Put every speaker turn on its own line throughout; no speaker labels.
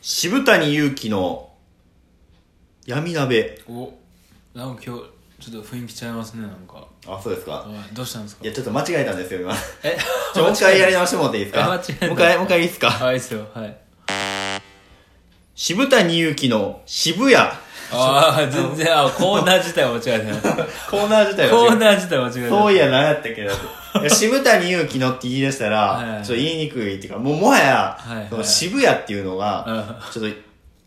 渋谷祐樹の闇鍋
おなんか今日ちょっと雰囲気ちゃいますねなんか
あそうですか
おいどうしたんですか
いやちょっと間違えたんです よ今
え
ちょもう一回やり直してもらっていいですか
間違えた
もう一回もう一回いいですか
はいですよはい
渋谷祐樹の渋谷
ああ全然あコーナー自体は間 違えてない
コーナー自体
コ
は違
ー
う
ナー自体は間違えてない
そういや何やったっけどい や渋谷祐樹のって言い出した
はいは
ら
い
ちょっと言いにくいっていうかもうもはや、
はいはい
その渋谷っていうのがちょっ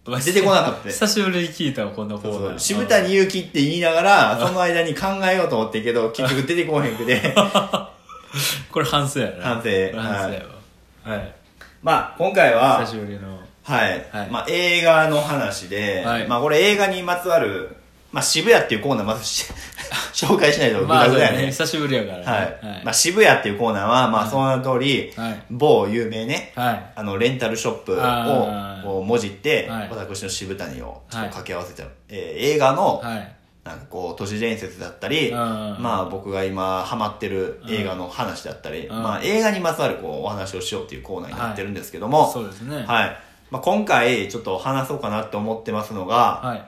と出てこなかったね
久しぶりに聞いたわこんなコ
そう
ー
そ
ナー
う渋谷祐樹って言いながらその間に考えようと思ってんけど結局出てこへんくて
これ反省やな
反省
これ反省やわはい
まあ今回 は
久しぶりの
はい、
はい
まあ、映画の話で、
はい
まあ、これ映画にまつわる、まあ、渋谷っていうコーナーまずし 紹介しないとグ
ま
ダ
あそ
グ
う
ダ
だ
や
ね
ね,、
久しぶりやから
は
ね
いまあ、
はい
渋谷っていうコーナーは、まあ、その通り、
はい
某有名ね
はい
あのレンタルショップ
あー
をこうもじって、
はい
私の渋谷をちょっと
はい
掛け合わせちゃう、えー映画の、
はい
なんかこう都市伝説だったり、
うん
まあ、僕が今ハマってる映画の話だったり、
うん
まあ、映画にまつわるこうお話をしようっていうコーナーになってるんですけども、
そうですね
はい。まあ、今回ちょっと話そうかなって思ってますのが、
はい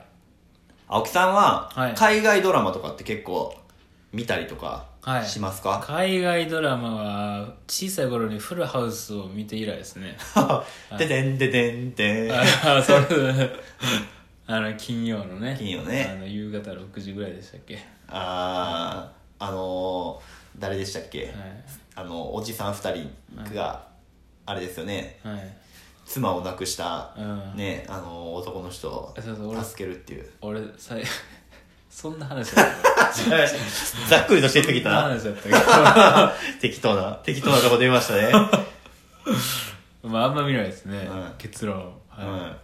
青木さんは
はい
海外ドラマとかって結構見たりとか
はい
しますか、
海外ドラマは小さい頃にフルハウスを見て以来ですね
でてんでてんてん。
あそれあの金曜のね
金曜ね
あの夕方6時ぐらいでしたっけ、は
あー、あのー、誰でしたっけ、あの、おじさん二人が、あれですよね、
いはい
妻を亡くした、
うん
ね、あのー男の人を
そうそう俺
助ける っていう。
俺さそんな話だった
ざっくりとしてる
そ
時
ん
だ
な
な。
話だったけ ど
適当な、適当なとこ出ましたね。
まああんま見ないですね、
うん
結論、はい
うん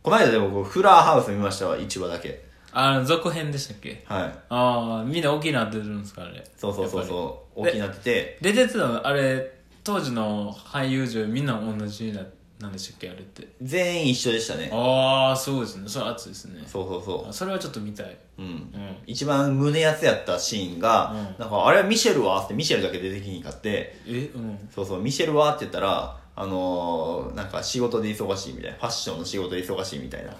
この間でも僕フラーハウス見ましたわ1話だけ
あの続編でしたっけ
はい
ああみんな大きいなってるんですかあれ
そうそうそう
やっ
そう
やっ
大
ぱ
き
り
なってて
ぱり出てたのあれ当時の俳優陣みんな同じななんでしたっけあれって
全員一緒でしたね
ああそうですねそれ熱いですね
そうそうそ
あそれはちょっと見たい、
ううん
うん、
一番胸熱やったシーンが、
うん
なんかあれはミシェルはってミシェルだけ出てきにかって
えうん
そうそうミシェルはって言ったらあのー、なんか仕事で忙しいみたいなファッションの仕事で忙しいみ たいな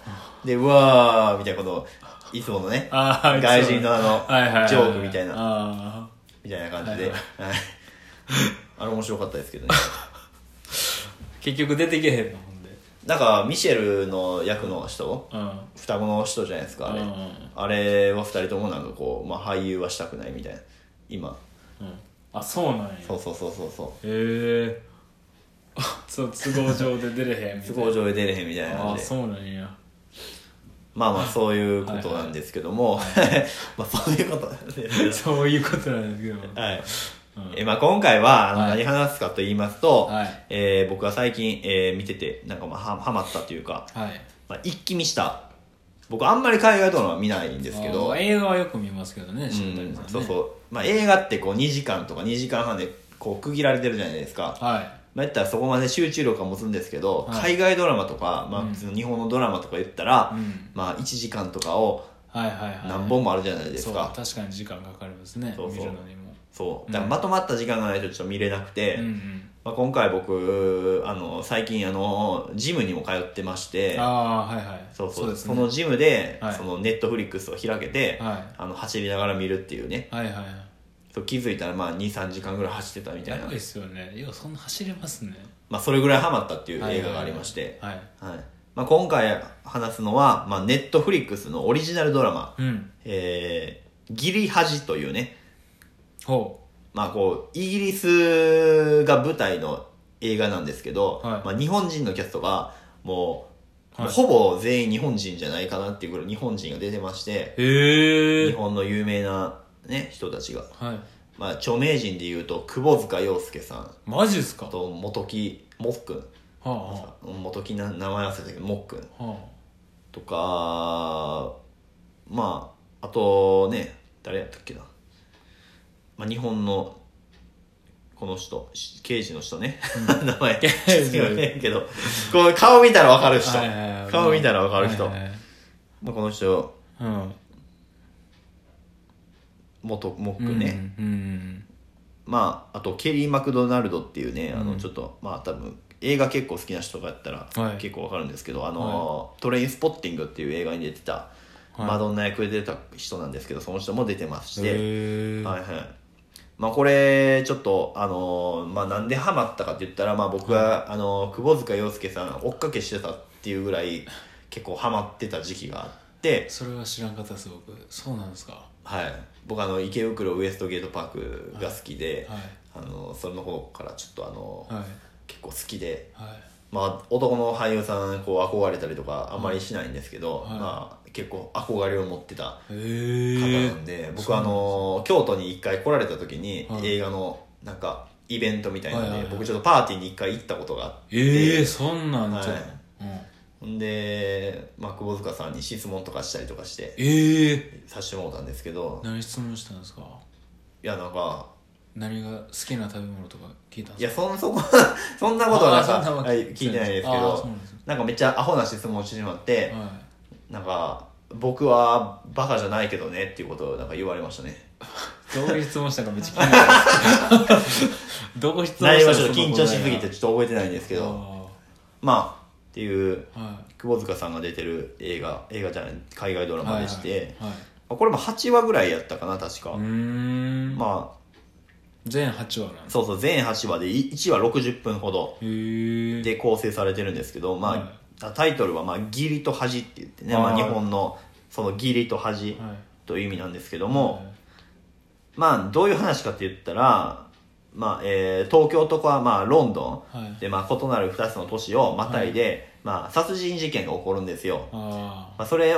でうわーみたいなことをいつものね
あー
外人のあの、
はいはいはいはい
ジョークみたいな
あ
みたいな感じで、
は
はい、 あれ面白かったですけどね
ー結局出てけへんのほんで
なんかミシェルの役の人
うん
双子の人じゃないですかあれ,、
うんうん
あれは二人ともなんかこう、まあ、俳優はしたくないみたいな今
うんあそうなんやへ
そうそうそうそうそ
え あそう都合上で出れへんみた
う
い
都
な
合上で出れへんみたいな
あ
感
あ
じで
そうなんや
まあまあそういうことなんですけども まあそういうことなんですけど
そういうことなんですけど
はい
うん
えまあ、今回はあの
は
何
い
話すかと言いますと、
はい
えー僕は最近、えー見ててなんかまあはハマったというか、
はい
まあ、一気見した僕あんまり海外ドラマ見ないん ですけど
あー映画はよく見ますけどね新谷さんね
そうそう、まあ、映画ってこう2時間とか2時間半でこう区切られてるじゃないですか、
は
まあ、言ったらそこまで集中力は持つんですけど、
はい
海外ドラマとか、まあ、
うん
普通の日本のドラマとか言ったら、
うん
まあ、1時間とかを
いはいはいはい
何本もあるじゃないです
そう
か、
確かに時間かかりますね
そうそう
見るのにも
そう
うん
だからまとまった時間がないとちょっと見れなくて、
うんうん
まあ、今回僕あの最近あのジムにも通ってまして
ああーはいはい
そうそう
そう
そ
ですね
のジムで、
はい
そのネットフリックスを開けて、
はい
あの走りながら見るっていうね
はいはいはい
そう気づいたらまあ23時間ぐらい走ってたみたいな
長いですよねようそんな走れますね
まあ、それぐらいハマったっていう映画がありまして、
はい
はいまあ、今回話すのは、まあ、ネットフリックスのオリジナルドラマ
うん
「えー、ギリハジ」というね、
ほ
まあ、こうイギリスが舞台の映画なんですけど、
はい
まあ、日本人のキャストがもう、
はい
ほぼ全員日本人じゃないかなっていうぐらい日本人が出てまして
うへ
日
え
本の有名な、ね、人たちが、
はい
まあ、著名人でいうと窪塚洋介さん
マジですかは
と元木もっくん
あは
元木な名前忘れたけどもっくん
あは
とかまああとね誰やったっけな、まあ、日本のこの人し刑事の人ね、 名前
刑事
違うねんけどこう顔見たらわかる人、
あはいはいはい
顔見たらわかる人、
はいはいはい
まあ、この人
うん
元モックね、
うんうんうん
まああとケリー・マクドナルドっていうねあ
う
の
ん
ちょっと、まあ多分映画結構好きな人とかやったら
はい
結構わかるんですけど、あのトレインスポッティングっていう映画に出てた、
はい
マドンナ役で出てた人なんですけどその人も出てまして、
へえ
はいはいまあこれちょっとあのーまあなんでハマったかって言ったらまあ僕は、あのー窪塚洋介さん追っかけしてたっていうぐらい結構ハマってた時期があって
それは知らんかったです僕そうなんですか
はい僕あの池袋ウエストゲートパークが好きで、
はい
あのーそれの方からちょっとあのー
はい
結構好きで
はい
まあ男の俳優さんこう憧れたりとかあんまりしないんですけど、
はい
まあ結構憧れを持ってた
へ
方
え
なんで、
そ
僕
う
あ
なんです
の京都に一回来られた時に、
はい
映画のなんかイベントみたいなので、
はいはいはい
僕ちょっとパーティーに一回行ったことがあって、
ええそんなんじゃ
はい
うん
ほんで、まあ、窪塚さんに質問とかしたりとかして
ええ
さしてもらったんですけど
何質問したんですか
いやなんか
何が好きな食べ物とか聞いたん
い
で
や
すか
そんそこ そんなことはなん
あーそん
か
な
はい聞いてないですけ
あーそ
ど
うなんですね
なんかめっちゃアホな質問してしまって、
は
なんか僕はバカじゃないけどねっていうことをなんか言われました ね
いどういう質問したかめっちゃ気にな るどこ質問
内
し
容
た
がちょっと緊張しすぎて
け
ちょっと覚えてないんですけどまあっていう
は
窪塚さんが出てる映画映画じゃない海外ドラ
い
マでして、
はいはい
あこれも8話ぐらいやったかな確か、
うーん
ま
全8話なん
あ
です
そうそう全8話で1話60分ほど
へえ
で構成されてるんですけど、まあ
はい
タイトルは、まあ「義理と恥」って言ってね、ま
は
あ、
い
日本のその義理と恥
はい
という意味なんですけども、まあどういう話かって言ったら、まあえー東京とか、まあ、ロンドン、
はい
で、まあ、異なる2つの都市をまたいで、まあ、殺人事件が起こるんですよ、
あ
まあ、それ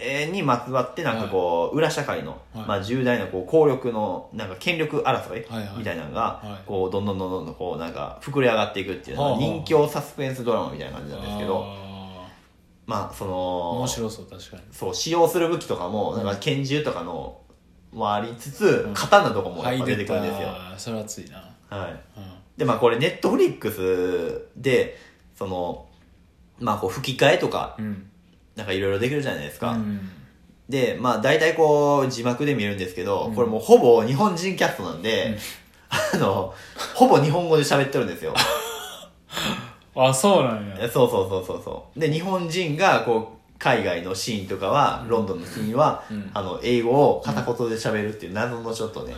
えーにまつわってなんかこう、裏社会の、
はい
まあ、重大なこう効力のなんか権力争い
はいはい
みたいなの
は
が
い
こうどんどんどんどんどんこうなんか膨れ上がっていくっていうの
は
が
あはあ
人況サスペンスドラマみたいな感じ
あ
なんですけど
あ
まあそ
ー面
の
白そう確かに
そう使用する武器とかもなんか拳銃とかのもありつつ
うん
刀とかもやっぱ
入
出
れ
てくるんですよ。
たそれ熱いな
はい
うん
でまあこれネットフリックスでそのまあこう吹き替えとか
うん
なんかいろいろできるじゃないですか。
うん
で、まあ大体こう字幕で見るんですけど、
うん
これもうほぼ日本人キャストなんで、あの、ほぼ日本語で喋ってるん ですよ。
あそうなんや
そうそうそうそうそう。で、日本人がこう、海外のシーンとかは、ロンドンのシーンは、
うん
あの、英語を片言で喋るっていう謎のちょっとね、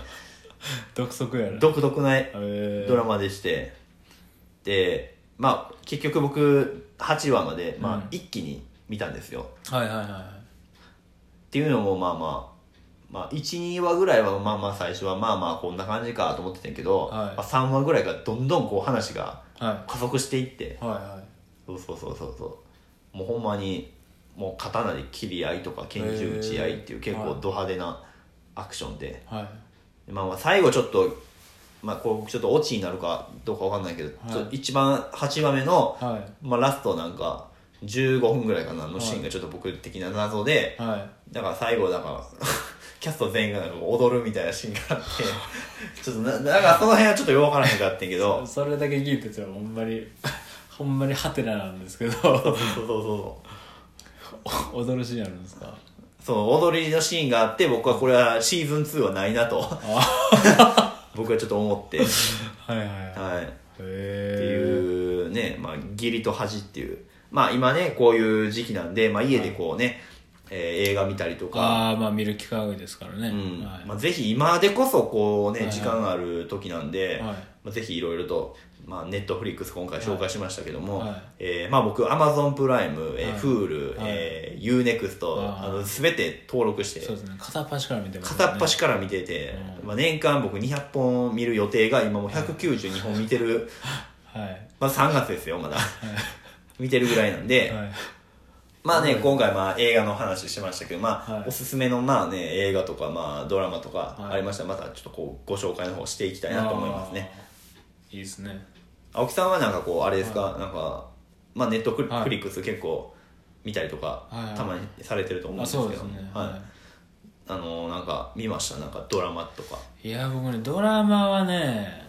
独特やな
独特な
えー
ドラマでして、で、まあ結局僕8話まで、ま
うん
あ一気に見たんですよ。
はいはいは
っていうのもまあまあ、まあ、12話ぐらいはまあまあ最初はまあまあこんな感じかと思ってたんやけど、
はい
まあ、3話ぐらいからどんどんこう話が
いは
加速していって
いはいはい
そうそうそうそうそうもうほんまにもう刀で切り合いとか拳銃打ち合いってい
へ
う
ー
結構
はい
ド派手なアクションで、
はい
まあまあ最後ちょっとまあこうちょっとオチになるかどうかわかんないけど、
い
ちょっと一番8話目の、
はい
まあ、ラストなんか15分ぐらいかなのシーンがちょっと僕的な謎で、
はい
だから 最後なんかキャスト全員がなんか踊るみたいなシーンがあって ちょっとななんかその辺はちょっとよくわからへんかったんやけど
それだけ聞いてたらほんまに ほんまにハテナなんですけど
そうそうそうそう
踊るシーンあるんですか
そう踊りのシーンがあって僕はこれはシーズン2はないなと 僕はちょっと思って、
はいはいはい
はい、っ
へ
て
え
いうね、まあ、義理と恥っていうまあ今ねこういう時期なんで、まあ、家でこうね、えー映画見たりとか
ああまあ見る機会多いですからね、
うん
はい、
まあ、ぜひ今でこそこうね、
はいはい
時間ある時なんで、
はい
まあ、ぜひいろいろと、まあ、ネットフリックス今回紹介しましたけども、
はいはい
えーまあ、僕アマゾンプライム、えー
はい
Hulu、
はい
えー UNEXT
あ
あ
ー
の全て登録して
そうですね片っ端から見てますね
片っ端から見てて、まあ、年間僕200本見る予定が今もう192本見てる、
はい
まあ、3月ですよまだ 見てるぐらいなんで、
はい
まあね、今回まあ映画の話しましたけど、まあ、
はい
おすすめのまあね、映画とかまあドラマとか
はい
ありましたら、またちょっとこうご紹介の方していきたいなと思いますね。
あーいいですね
青木さんはなんかこう、あれですか、なんか、まあネットフリ,、
はい
ックス結構見たりとか、
はいはい
たまにされてると思うん
あ
ですけ
そ
ど、
うですね
はい
は
あのーなんか見ました、なんかドラマとか。
いいや僕ねドラマはね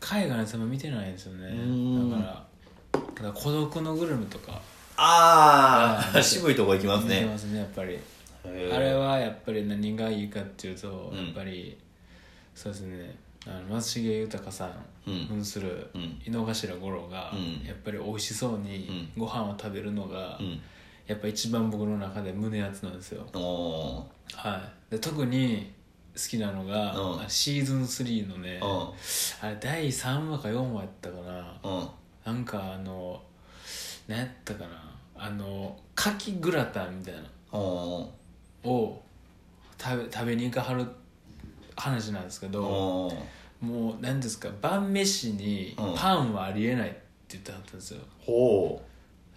海外のやつも見てないんですよ
ん
ねだからただ孤独のグルメとか
あ
は
あ、
い
渋いとこ行きます
見て
ね。
ますねやっぱり
へー
あれはやっぱり何がいいかっていうと、
うん
やっぱりそうですねあの松重豊さん
うん
扮する
うん
井の頭五郎が
うん
やっぱり美味しそうにご飯を食べるのが
うん
やっぱ一番僕の中で胸熱なんですよ
お
はいで特に好きなの
うん
があシーズン3のね
ーうん
あれ第3話か4話やったかな
うん
なんかあの何やったかなあのカキグラタンみたいな
うん
を食べ食べに行かはる話なんですけ
う
ど
ん
もう何ですか晩飯に
うん
パンはありえないって言ってはったんですよ
ほ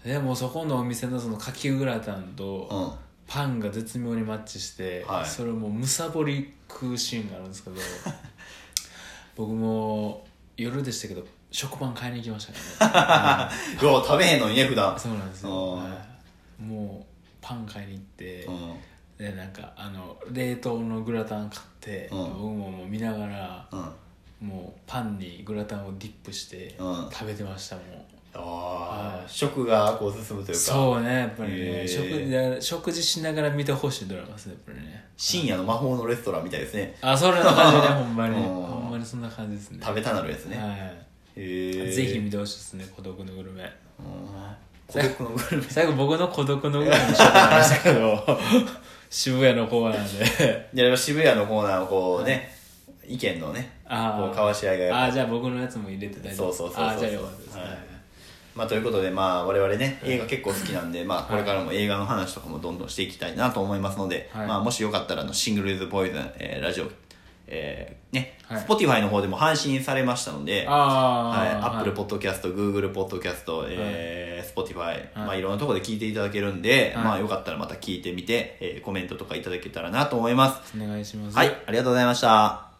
でもうそこのお店のそのかきグラタン
うう
と
ん
パンが絶妙にマッチして、
はい
それをもうむさぼり食うシーンがあるん ですけど僕も夜でしたけど食パン買いに行きまし たからね
うわ食べへんのにね普
うん
段
そうなんですよ、
うん
はいもうパン買いに行って、
うん
でなんかあの冷凍のグラタン買って、
うん
僕ももう見ながら
うん
もうパンにグラタンをディップして
うん
食べてましたもん、
あ
は
あ
い
食がこう進むというか
そうねやっぱり
へ
ね
ー
食で食事しながら見てほしいドラマですねやっぱりね
深夜の魔法のレストランみたいですね
あそれな 感じねほんまに
うん
ほんまにそんな感じですね
食べたなるやつね
は
へ
い、
え
ぜひ見てほしいですね孤独のグルメ
孤独のグルメ
最後僕の孤独のグルメの紹介なん ですけど渋谷のコーナーで
いやでも渋谷のコーナーをこうね、意見のね
あ
こ
ー
う交わし合いがやっぱ
あーじゃあ僕のやつも入れて大丈夫
そうそうそうそう
あーじゃあよかったですね、
はいまあということでまあ我々ね映画結構好きなんで、まあこれからも映画の話とかもどんどんしていきたいなと思いますので、
はい
まあもしよかったらあのシングルイズボーイズ、えーラジオえーね、
はい
Spotify の方でも配信されましたので、はい、
ああ、
Apple Podcast、Google Podcast、えー Spotify、まあいろんなところで聞いていただけるんで、
はい
まあよかったらまた聞いてみて、えーコメントとかいただけたらなと思います。
お願いします。
はい、ありがとうございました。